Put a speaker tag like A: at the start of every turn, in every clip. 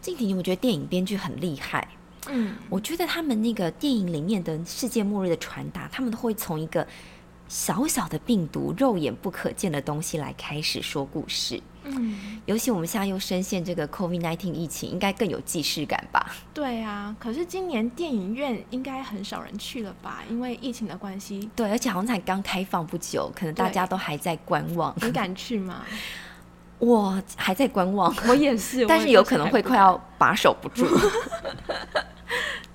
A: 静婷，我觉得电影编剧很厉害。
B: 嗯，
A: 我觉得他们那个电影里面的世界末日的传达，他们都会从一个小小的病毒、肉眼不可见的东西来开始说故事。
B: 嗯，
A: 尤其我们现在又深陷这个 COVID-19 疫情，应该更有既视感吧？
B: 对啊。可是今年电影院应该很少人去了吧？因为疫情的关系，
A: 对，而且好像才刚开放不久，可能大家
B: 对
A: 都还在观望。
B: 你敢 去吗？
A: 我还在观 望，
B: 我也是，
A: 但
B: 我
A: 是
B: 也
A: 有可能
B: 还
A: 会
B: 不
A: 快要把守不住。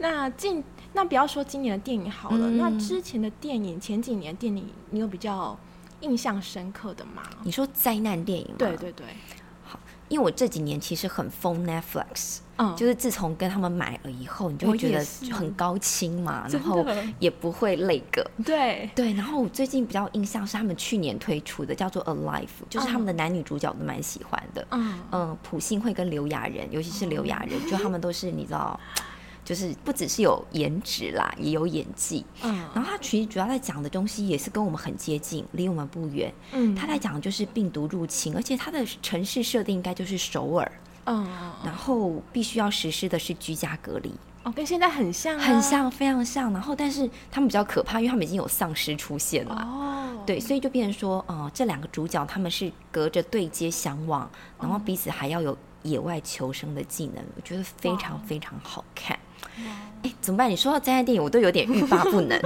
B: 那近那不要说今年的电影好了，
A: 嗯
B: 那之前的电影，前几年电影，你有比较印象深刻的吗？
A: 你说灾难电影吗？
B: 对，对对，
A: 因为我这几年其实很疯 Netflix，
B: 嗯，
A: 就是自从跟他们买了以后，你就会觉
B: 我
A: 得
B: 也是
A: 就很高清嘛，然
B: 真
A: 后
B: 的
A: 也不会累个。
B: 对，
A: 对，然后我最近比较有印象是他们去年推出的叫做《Alive》，就是他们
B: 嗯
A: 的男女主角我都蛮喜欢的。
B: 嗯
A: 嗯，普信惠跟刘亚仁，尤其是刘亚仁，就他们都是你知道，就是不只是有颜值啦，也有演技。然
B: 嗯
A: 后他其实主要在讲的东西也是跟我们很接近，离我们不远。
B: 嗯，
A: 他在讲的就是病毒入侵，而且他的城市设定应该就是首尔，
B: 嗯
A: 然后必须要实施的是居家隔离，
B: 哦，跟现在很像、啊，
A: 很像，非常像。然后，但是他们比较可怕，因为他们已经有丧尸出现了。
B: 哦，
A: 对，所以就变成说，呃，这两个主角他们是隔着对接相望，然后
B: 哦
A: 彼此还要有野外求生的技能，我觉得非常
B: 哇
A: 非常好看。
B: 哇，
A: 哎，怎么办？你说到灾难电影，我都有点欲罢不能，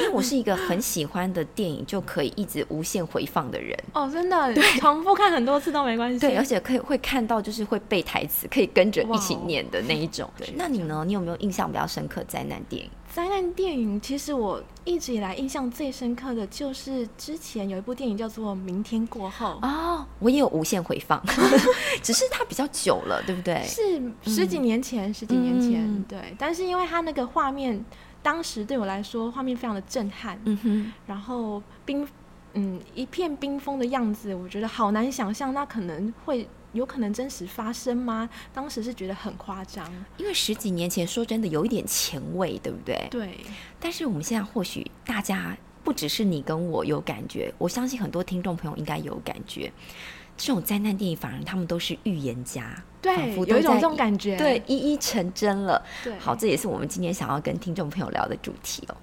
A: 因为我是一个很喜欢的电影就可以一直无限回放的人。
B: 哦，真的，重复看很多次都没关系，
A: 对，而且可以会看到，就是会背台词，可以跟着一起
B: 哇哦
A: 念的那一种。对，那你呢？你有没有印象比较深刻灾难电影？
B: 灾难电影，其实我一直以来印象最深刻的就是之前有一部电影叫做《明天过后》，
A: 哦，我也有无限回 放，只是它比较久了，对不对？
B: 是十几年前，十几年前，
A: 嗯
B: 对。但是因为它那个画面，当时对我来说画面非常的震撼，
A: 嗯哼，
B: 然后冰，嗯，一片冰封的样子，我觉得好难想象，那可能会有可能真实发生吗？当时是觉得很夸张，
A: 因为十几年前说真的有一点前卫，对不对？
B: 对，
A: 但是我们现在或许大家不只是你跟我有感觉，我相信很多听众朋友应该有感觉。这种灾难电影，反而他们都是预言家，仿
B: 对，
A: 佛
B: 有
A: 都
B: 一种
A: 在
B: 这种感觉，
A: 对，一一成真了。
B: 对，
A: 好，这也是我们今天想要跟听众朋友聊的主题哦。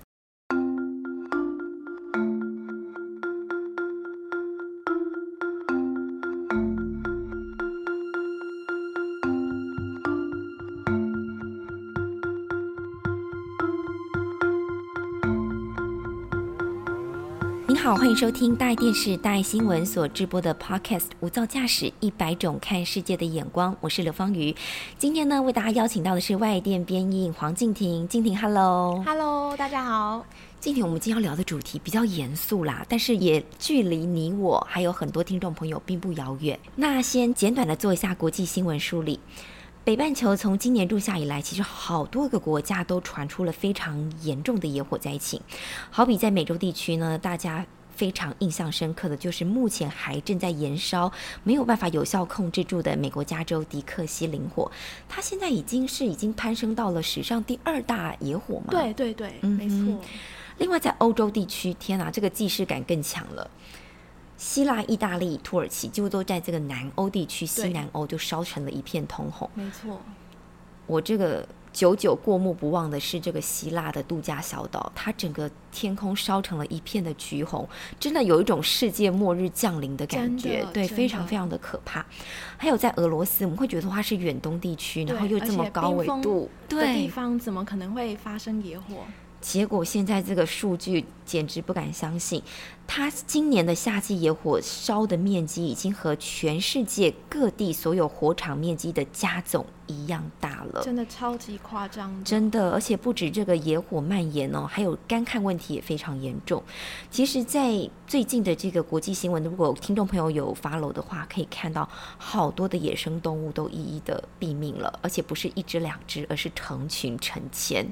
A: 您好，欢迎收听大爱电视、大爱新闻所直播的 Podcast《无噪驾驶一百种看世界的眼光》，我是刘芳瑜。今天呢，为大家邀请到的是外电编译黄静婷，静婷，Hello。
B: ，Hello，大家好，
A: 静婷，我们今天要聊的主题比较严肃啦，但是也距离你我还有很多听众朋友并不遥远。那先简短的做一下国际新闻梳理。北半球从今年入夏以来，其实好多个国家都传出了非常严重的野火灾情。好比在美洲地区呢，大家非常印象深刻的就是目前还正在燃烧、没有办法有效控制住的美国加州迪克西林火，它现在已经是已经攀升到了史上第二大野火嘛？
B: 对对对，没
A: 嗯
B: 错，
A: 另外，在欧洲地区，天哪，这个既视感更强了。希腊、意大利、土耳其几乎都在这个南欧地区，西
B: 对
A: 南欧就烧成了一片通红。
B: 没错，
A: 我这个久久过目不忘的是这个希腊的度假小岛，它整个天空烧成了一片的橘红，真的有一种世界末日降临的感觉
B: 真，的
A: 对，
B: 真的
A: 非常非常的可怕。还有在俄罗斯，我们会觉得它是远东地区，
B: 对
A: 然后又这
B: 而
A: 么
B: 且
A: 高
B: 冰
A: 纬
B: 封
A: 度，
B: 的地
A: 对，
B: 方怎么可能会发生野火？
A: 结果现在这个数据简直不敢相信，它今年的夏季野火烧的面积已经和全世界各地所有火场面积的加总一样大大了。
B: 真的超级夸张的，
A: 真的，而且不止这个野火蔓延哦，还有干旱问题也非常严重。其实，在最近的这个国际新闻，如果听众朋友有 follow 的话，可以看到好多的野生动物都一一的毙命了，而且不是一只两只，而是成群成千。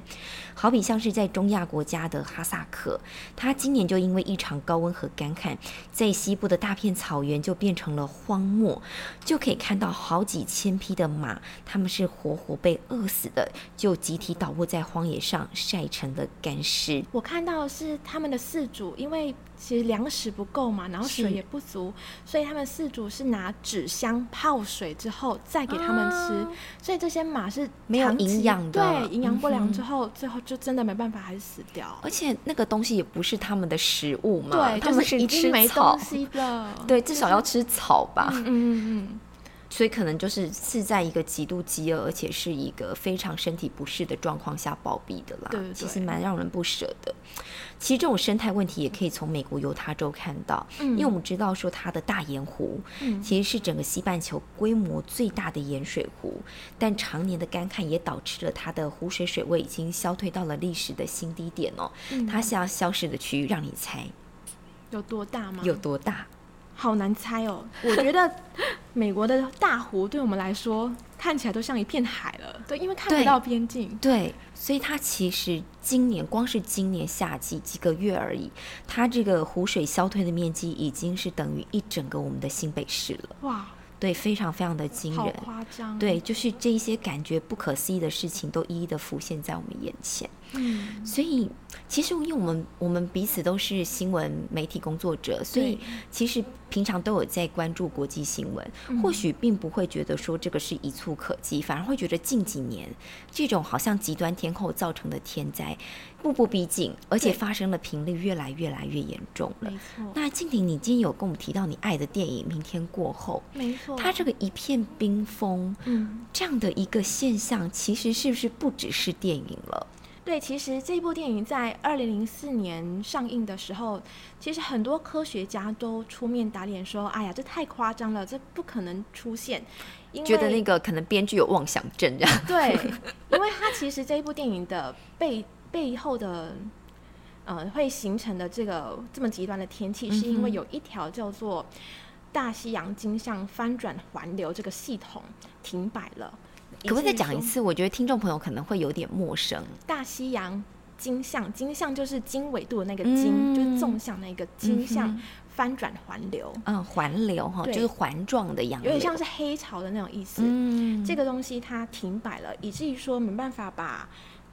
A: 好比像是在中亚国家的哈萨克，它今年就因为一场高温和干旱，在西部的大片草原就变成了荒漠，就可以看到好几千匹的马，它们是活活被饿死的，就集体倒卧在荒野上，晒成了干尸。
B: 我看到的是他们的饲主，因为其实粮食不够嘛，然后水
A: 是
B: 也不足，所以他们饲主是拿纸箱泡水之后再给他们吃，
A: 啊
B: 所以这些马是
A: 没有
B: 长期
A: 营养的
B: 对，营养不
A: 嗯
B: 良
A: 哼
B: 之后，最后就真的没办法，还是死掉。
A: 而且那个东西也不是他们的食物嘛，
B: 对，
A: 他
B: 就
A: 们
B: 是已经
A: 吃
B: 没
A: 草
B: 东，西了。
A: 对，至少要吃草吧。
B: 嗯，嗯嗯
A: 所以可能就是是在一个极度饥饿，而且是一个非常身体不适的状况下暴毙的啦。
B: 对对
A: 其实蛮让人不舍的。其实这种生态问题也可以从美国犹他州看到，
B: 嗯
A: 因为我们知道说它的大盐湖、
B: 嗯
A: 其实是整个西半球规模最大的盐水湖，但常年的干旱也导致了它的湖水水位已经消退到了历史的新低点哦。
B: 嗯
A: 它想要消失的区域，让你猜
B: 有多大吗？
A: 有多大？
B: 好难猜哦。我觉得美国的大湖对我们来说看起来都像一片海了，对，因为看不
A: 对
B: 到边境。
A: 对，所以它其实今年光是今年夏季几个月而已，它这个湖水消退的面积已经是等于一整个我们的新北市了。
B: 哇，
A: 对，非常非常的惊
B: 好
A: 人。
B: 夸张。
A: 对，，就是这一些感觉不可思议的事情都一一的浮现在我们眼前。
B: 嗯，
A: 所以，其实因为我们我们彼此都是新闻媒体工作者，所以
B: 对
A: 其实平常都有在关注国际新闻，
B: 嗯
A: 或许并不会觉得说这个是一触可及，反而会觉得近几年这种好像极端天候造成的天灾步步逼近，而且
B: 对
A: 发生的频率越来越来越严重了
B: 没。错，
A: 那静婷，你今天有跟我们提到你爱的电影《明天过后
B: 没》，错。
A: 它这个一片冰封
B: 嗯，
A: 这样的一个现象，其实是不是不只是电影了？
B: 对，其实这部电影在二零零四年上映的时候，其实很多科学家都出面打脸说：“哎呀，这太夸张了，这不可能出现。”因为
A: 觉得那个可能编剧有妄想症这样。
B: 对，因为它其实这一部电影的背背后的，呃，会形成的这个这么极端的天气，是因为
A: 嗯哼
B: 有一条叫做大西洋经向翻转环流这个系统停摆了。以
A: 可不可以
B: 至
A: 再
B: 于
A: 讲一
B: 说？
A: 次？我觉得听众朋友可能会有点陌生。
B: 大西洋经向，经向就是经纬度的那个经，
A: 嗯
B: 就是纵向那个经
A: 嗯
B: 向翻转环流，
A: 嗯，环流哈，就
B: 对
A: 是环状的洋
B: 有
A: 流，
B: 点像是黑潮的那种意思。
A: 嗯，
B: 这个东西它停摆了，以至于说没办法把，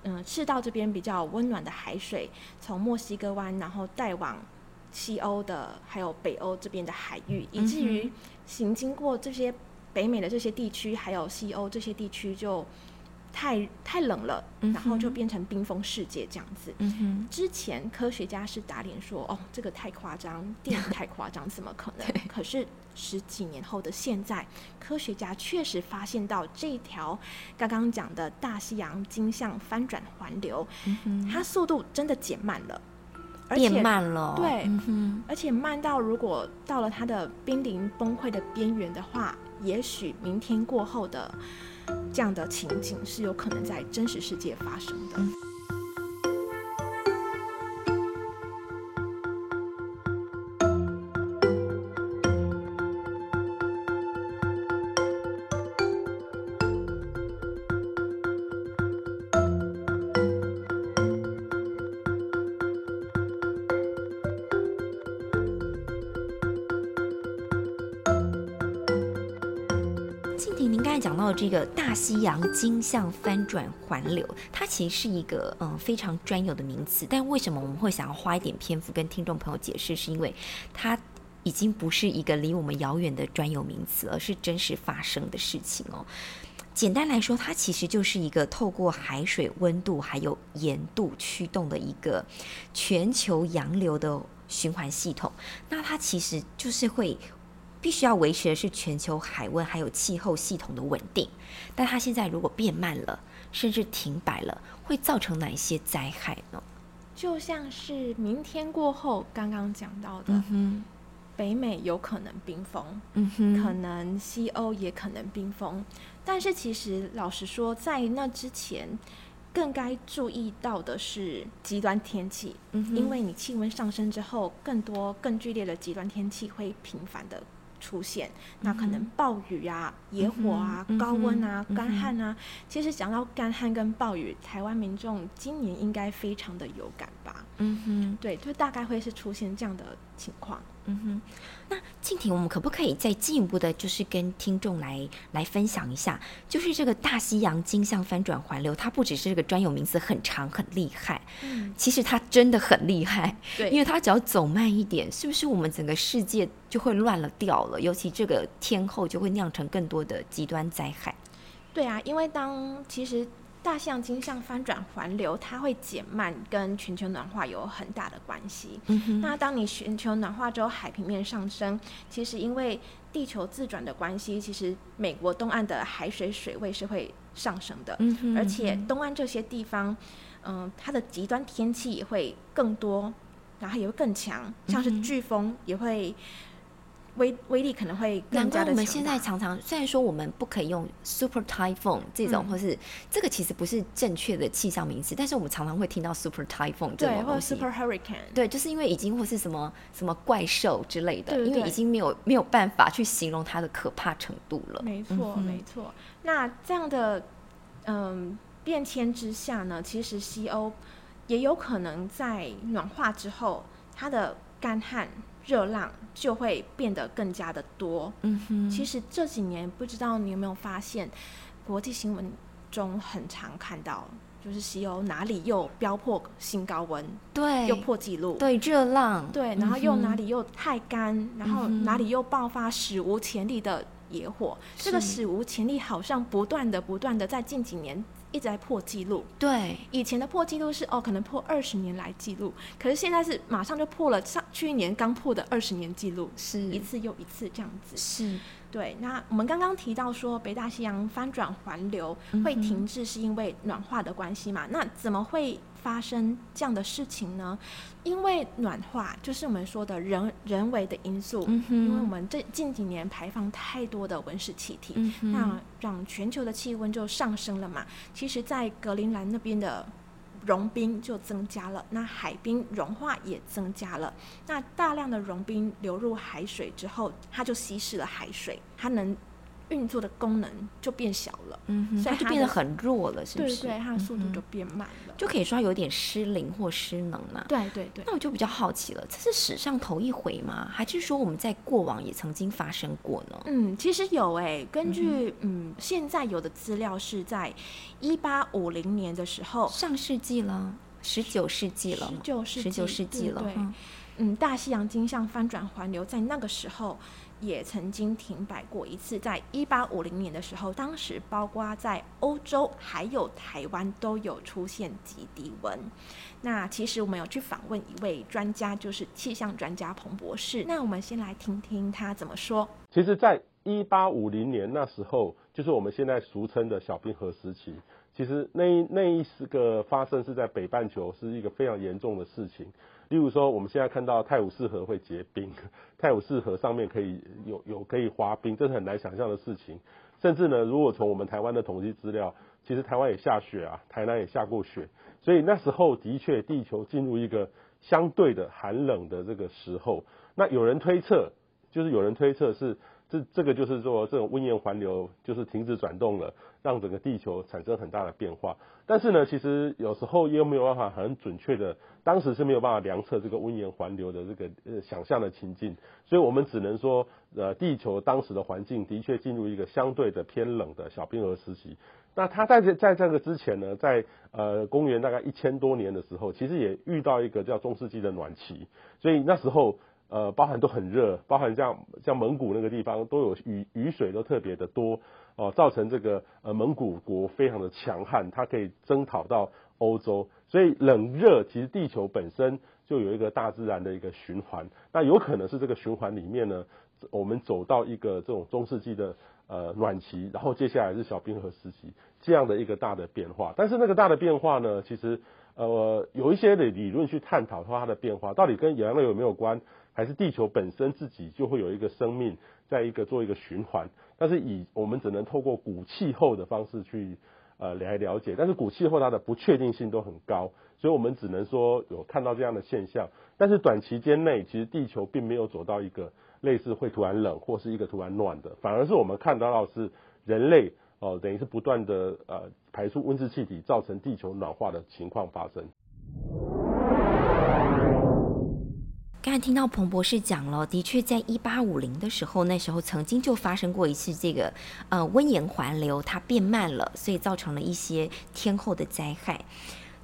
B: 嗯、赤道这边比较温暖的海水从墨西哥湾，然后带往西欧的还有北欧这边的海域，以至于行经过这些北美的这些地区，还有西欧这些地区就太太冷了，然后就变成冰封世界这样子。
A: 嗯哼，
B: 之前科学家是打脸说，哦，这个太 夸张，电影太夸张，怎么可能？可是十几年后的现在，科学家确实发现到这条刚刚讲的大西洋经向翻转环流，它速度真的减慢了，而且
A: 嗯变慢了，
B: 对
A: 嗯哼，
B: 而且慢到如果到了它的濒临崩溃的边缘的话，也许明天过后的这样的情景是有可能在真实世界发生的。
A: 静婷，您刚才讲到的这个大西洋经向翻转环流，它其实是一个嗯非常专有的名词，但为什么我们会想要花一点篇幅跟听众朋友解释？是因为它已经不是一个离我们遥远的专有名词，而是真实发生的事情哦。简单来说，它其实就是一个透过海水温度还有盐度驱动的一个全球洋流的循环系统。那它其实就是会必须要维持的是全球海温还有气候系统的稳定。但它现在如果变慢了，甚至停摆了，会造成哪一些灾害呢？
B: 就像是明天过后刚刚讲到的，
A: 嗯哼，
B: 北美有可能冰封，
A: 嗯哼
B: 可能西欧也可能冰封，但是其实老实说，在那之前，更该注意到的是极端天气，
A: 嗯哼
B: 因为你气温上升之后，更多更剧烈的极端天气会频繁的出现，那可能暴雨啊、野火啊、
A: 嗯嗯哼
B: 高温啊、
A: 嗯哼
B: 干旱啊。其实讲到干旱跟暴雨，台湾民众今年应该非常的有感吧？
A: 嗯哼，
B: 对，就大概会是出现这样的情况。
A: 嗯哼，那静婷，我们可不可以再进一步的，就是跟听众来来分享一下，就是这个大西洋金像翻转环流，它不只是这个专有名词很长很厉害，
B: 嗯，
A: 其实它真的很厉害，
B: 对，
A: 因为它只要走慢一点，是不是我们整个世界就会乱了掉了？尤其这个天后就会酿成更多的极端灾害。
B: 对啊，因为当其实大象金象翻转环流，它会减慢，跟全球暖化有很大的关系。
A: 嗯哼，
B: 那当你全球暖化之后，海平面上升，其实因为地球自转的关系，其实美国东岸的海水水位是会上升的，
A: 嗯哼
B: 而且东岸这些地方，嗯、它的极端天气也会更多，然后也会更强，像是
A: 嗯哼
B: 飓风也会威威力可能会
A: 难怪
B: 更加
A: 我
B: 的
A: 们
B: 强
A: 现
B: 大
A: 在常常，虽然说我们不可以用 super typhoon 这种，
B: 嗯
A: 或是这个其实不是正确的气象名词，但是我们常常会听到 super typhoon 这
B: 对，
A: 种
B: 或者
A: 东西。
B: super hurricane，
A: 对，就是因为已经或是什么什么怪兽之类的，
B: 对对
A: 因为
B: 对
A: 已经没有没有办法去形容它的可怕程度了。
B: 没错，
A: 嗯哼
B: 没错。那这样的嗯变迁之下呢，其实西欧也有可能在暖化之后，它的干旱、热浪就会变得更加的多。
A: 嗯哼，
B: 其实这几年，不知道你有没有发现，国际新闻中很常看到。就是西欧哪里又飙破新高温，
A: 对，
B: 又破纪录，
A: 对热浪，
B: 对，然后又
A: 嗯
B: 哪
A: 哼
B: 里又太干，然后
A: 嗯哼
B: 哪里又爆发史无前例的野火。这个
A: 是
B: 史无前例好像不断的、不断的在近几年一直在破纪录。
A: 对，
B: 以前的破纪录是哦，可能破二十年来记录，可是现在是马上就破了上去年刚破的二十年记录，
A: 是
B: 一次又一次这样子。
A: 是
B: 对，那我们刚刚提到说北大西洋翻转环流
A: 嗯
B: 会停滞，是因为暖化的关系嘛？那怎么会发生这样的事情呢？因为暖化就是我们说的人人为的因素，
A: 嗯哼
B: 因为我们这近几年排放太多的温室气体，
A: 嗯哼
B: 那让全球的气温就上升了嘛。其实，在格陵兰那边的融冰就增加了，那海冰融化也增加了。那大量的融冰流入海水之后，它就稀释了海水，它能运作的功能就变小了。
A: 嗯哼，
B: 所以
A: 它就
B: 它
A: 变得
B: 的
A: 很弱了，是不
B: 对
A: 是？
B: 对嗯对，它的速度就变慢了。
A: 就可以说它有点失灵或失能嘛。
B: 对对对，
A: 那我就比较好奇了，这是史上头一回吗？还是说我们在过往也曾经发生过呢？
B: 嗯，其实有诶、根据嗯现在有的资料是在一八五零年的时候，
A: 上世纪了，十九世纪了吗，
B: 19世纪
A: 19世纪了，
B: 对对
A: 哈
B: 嗯，大西洋金像翻转环流在那个时候也曾经停摆过一次，在一八五零年的时候，当时包括在欧洲还有台湾都有出现极低温。那其实我们有去访问一位专家，就是气象专家彭博士。那我们先来听听他怎么说。
C: 其实，在一八五零年那时候，就是我们现在俗称的小冰河时期。其实那一那一是个发生是在北半球，是一个非常严重的事情。例如说，我们现在看到泰晤士河会结冰，泰晤士河上面可以有有可以滑冰，这是很难想象的事情。甚至呢，如果从我们台湾的统计资料，其实台湾也下雪啊，台南也下过雪，所以那时候的确地球进入一个相对的寒冷的这个时候。那有人推测，就是有人推测是这这个就是说这种温盐环流就是停止转动了，让整个地球产生很大的变化。但是呢，其实有时候又没有办法很准确的，当时是没有办法量测这个温盐环流的这个呃想象的情境，所以我们只能说，呃，地球当时的环境的确进入一个相对的偏冷的小冰河时期。那它在这在这个之前呢，在呃公元大概一千多年的时候，其实也遇到一个叫中世纪的暖期，所以那时候呃包含都很热，包含像像蒙古那个地方都有雨雨水都特别的多哦、造成这个呃蒙古国非常的强悍，它可以征讨到欧洲，所以冷热其实地球本身就有一个大自然的一个循环，那有可能是这个循环里面呢，我们走到一个这种中世纪的呃暖期，然后接下来是小冰河时期这样的一个大的变化。但是那个大的变化呢，其实呃有一些的理论去探讨它的变化到底跟洋流有没有关，还是地球本身自己就会有一个生命在一个做一个循环。但是以我们只能透过古气候的方式去呃来了解，但是古气候它的不确定性都很高，所以我们只能说有看到这样的现象，但是短期间内其实地球并没有走到一个类似会突然冷或是一个突然暖的，反而是我们看到到是人类哦、呃等于是不断的呃排出温室气体，造成地球暖化的情况发生。
A: 刚才听到彭博士讲了，的确在一八五零的时候，那时候曾经就发生过一次这个呃温盐环流它变慢了，所以造成了一些天候的灾害。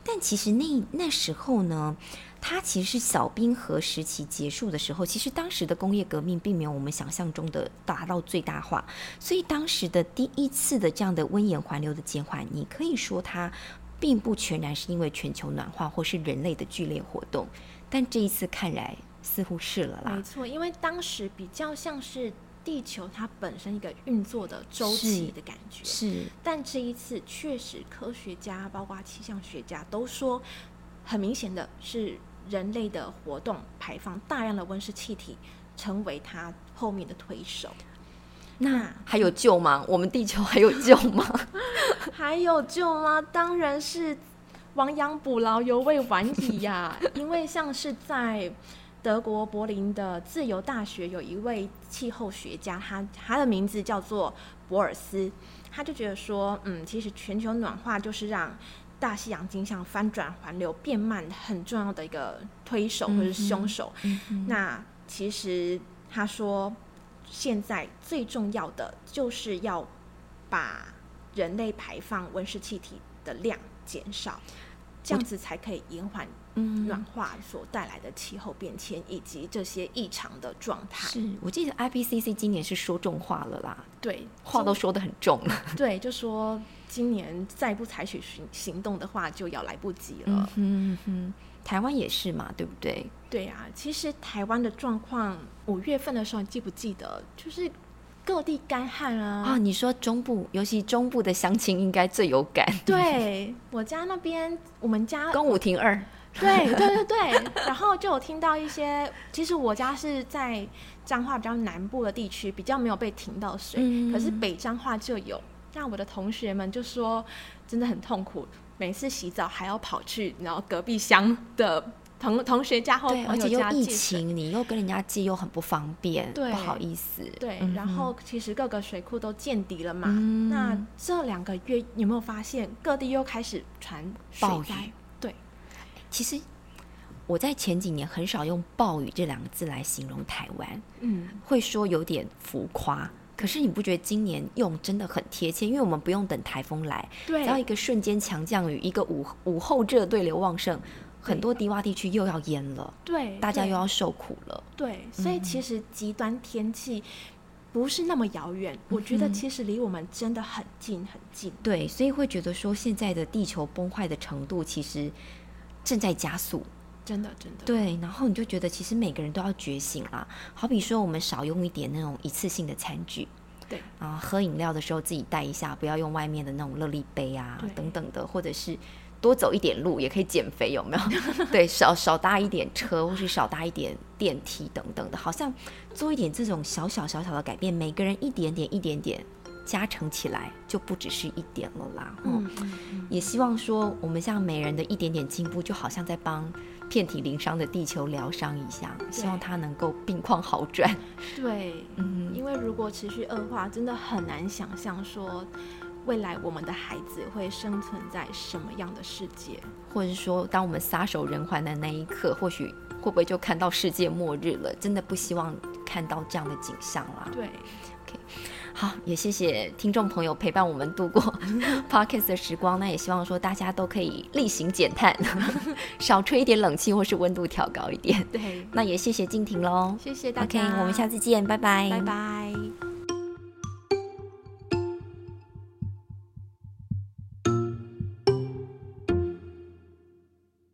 A: 但其实那那时候呢，它其实是小冰河时期结束的时候，其实当时的工业革命并没有我们想象中的达到最大化，所以当时的第一次的这样的温盐环流的减缓，你可以说它并不全然是因为全球暖化或是人类的剧烈活动，但这一次看来似乎是了啦
B: 没。错，因为当时比较像是地球它本身一个运作的周期
A: 是
B: 的感觉，
A: 是，
B: 但这一次确实科学家包括气象学家都说，很明显的是人类的活动排放大量的温室气体，成为它后面的推手。
A: 那还有救吗？我们地球还有救吗？
B: 还有救吗？当然是亡羊补牢，犹未晚矣呀、 因为像是在德国柏林的自由大学有一位气候学家，他他的名字叫做博尔斯，他就觉得说，嗯，其实全球暖化就是让。大西洋径向翻转环流变慢很重要的一个推手或者是凶手。那其实他说，现在最重要的就是要把人类排放温室气体的量减少，这样子才可以延缓
A: 嗯
B: 暖化所带来的气候变迁以及这些异常的状态。
A: 是嗯我记得 IPCC 今年是说重话了啦，
B: 对，
A: 话都说得很重了。
B: 就对，就说今年再不采取行行动的话，就要来不及了。
A: 嗯哼，台湾也是嘛，对不对？
B: 对啊，其实台湾的状况，五月份的时候，你记不记得？就是各地干旱
A: 啊，你说中部，尤其中部的乡亲应该最有感。
B: 对我家那边，我们家
A: 公五停二，
B: 对 对对对，然后就有听到一些，其实我家是在彰化比较南部的地区，比较没有被停到水，
A: 嗯
B: 可是北彰化就有。那我的同学们就说，真的很痛苦，每次洗澡还要跑去然后隔壁乡的同同学家或
A: 对，而
B: 朋友
A: 且又
B: 家
A: 疫
B: 借水。
A: 情，你又跟人家借又很不方便，
B: 对
A: 不好意思。
B: 对，
A: 嗯
B: 然后其实各个水库都见底了嘛。
A: 嗯
B: 那这两个月有没有发现各地又开始传水
A: 暴雨
B: 灾？对，
A: 其实我在前几年很少用“暴雨”这两个字来形容台湾，
B: 嗯，
A: 会说有点浮夸。可是你不觉得今年用真的很贴切？因为我们不用等台风来，
B: 对
A: 只要一个瞬间强降雨，一个午午后热对流旺盛，很多低洼地区又要淹了，
B: 对，
A: 大家
B: 对
A: 又要受苦了。
B: 对，所以
A: 嗯
B: 其实极端天气不是那么遥远，我觉
A: 嗯
B: 得其实离我们真的很近很近。
A: 对，所以会觉得说现在的地球崩坏的程度其实正在加速。
B: 真的真的。
A: 对，然后你就觉得其实每个人都要觉醒啦。好比说我们少用一点那种一次性的餐具。
B: 对
A: 啊，喝饮料的时候自己带一下，不要用外面的那种乐力杯啊
B: 对
A: 等等的，或者是多走一点路也可以减肥，有没 有？对，少少搭一点车，或是少搭一点电梯等等的，好像做一点这种小小小小的改变，每个人一点点一点点加成起来，就不只是一点了啦。嗯
B: 嗯，嗯嗯
A: 也希望说，我们像每人的一点点进步，就好像在帮遍体鳞伤的地球疗伤一下，希望它能够病况好转。
B: 对，
A: 嗯，
B: 因为如果持续恶化，真的很难想象说未来我们的孩子会生存在什么样的世界。
A: 或者是说，当我们撒手人寰的那一刻，或许会不会就看到世界末日了？真的不希望看到这样的景象啦。
B: 对，
A: 好，也谢谢听众朋友陪伴我们度过 podcast 的时光。那也希望说大家都可以厉行减 碳，少吹一点冷气，或是温度调高一点。
B: 对，
A: 那也谢谢静婷喽。
B: 谢谢大
A: OK，
B: 家。
A: 我们下次见，拜拜，
B: 拜拜。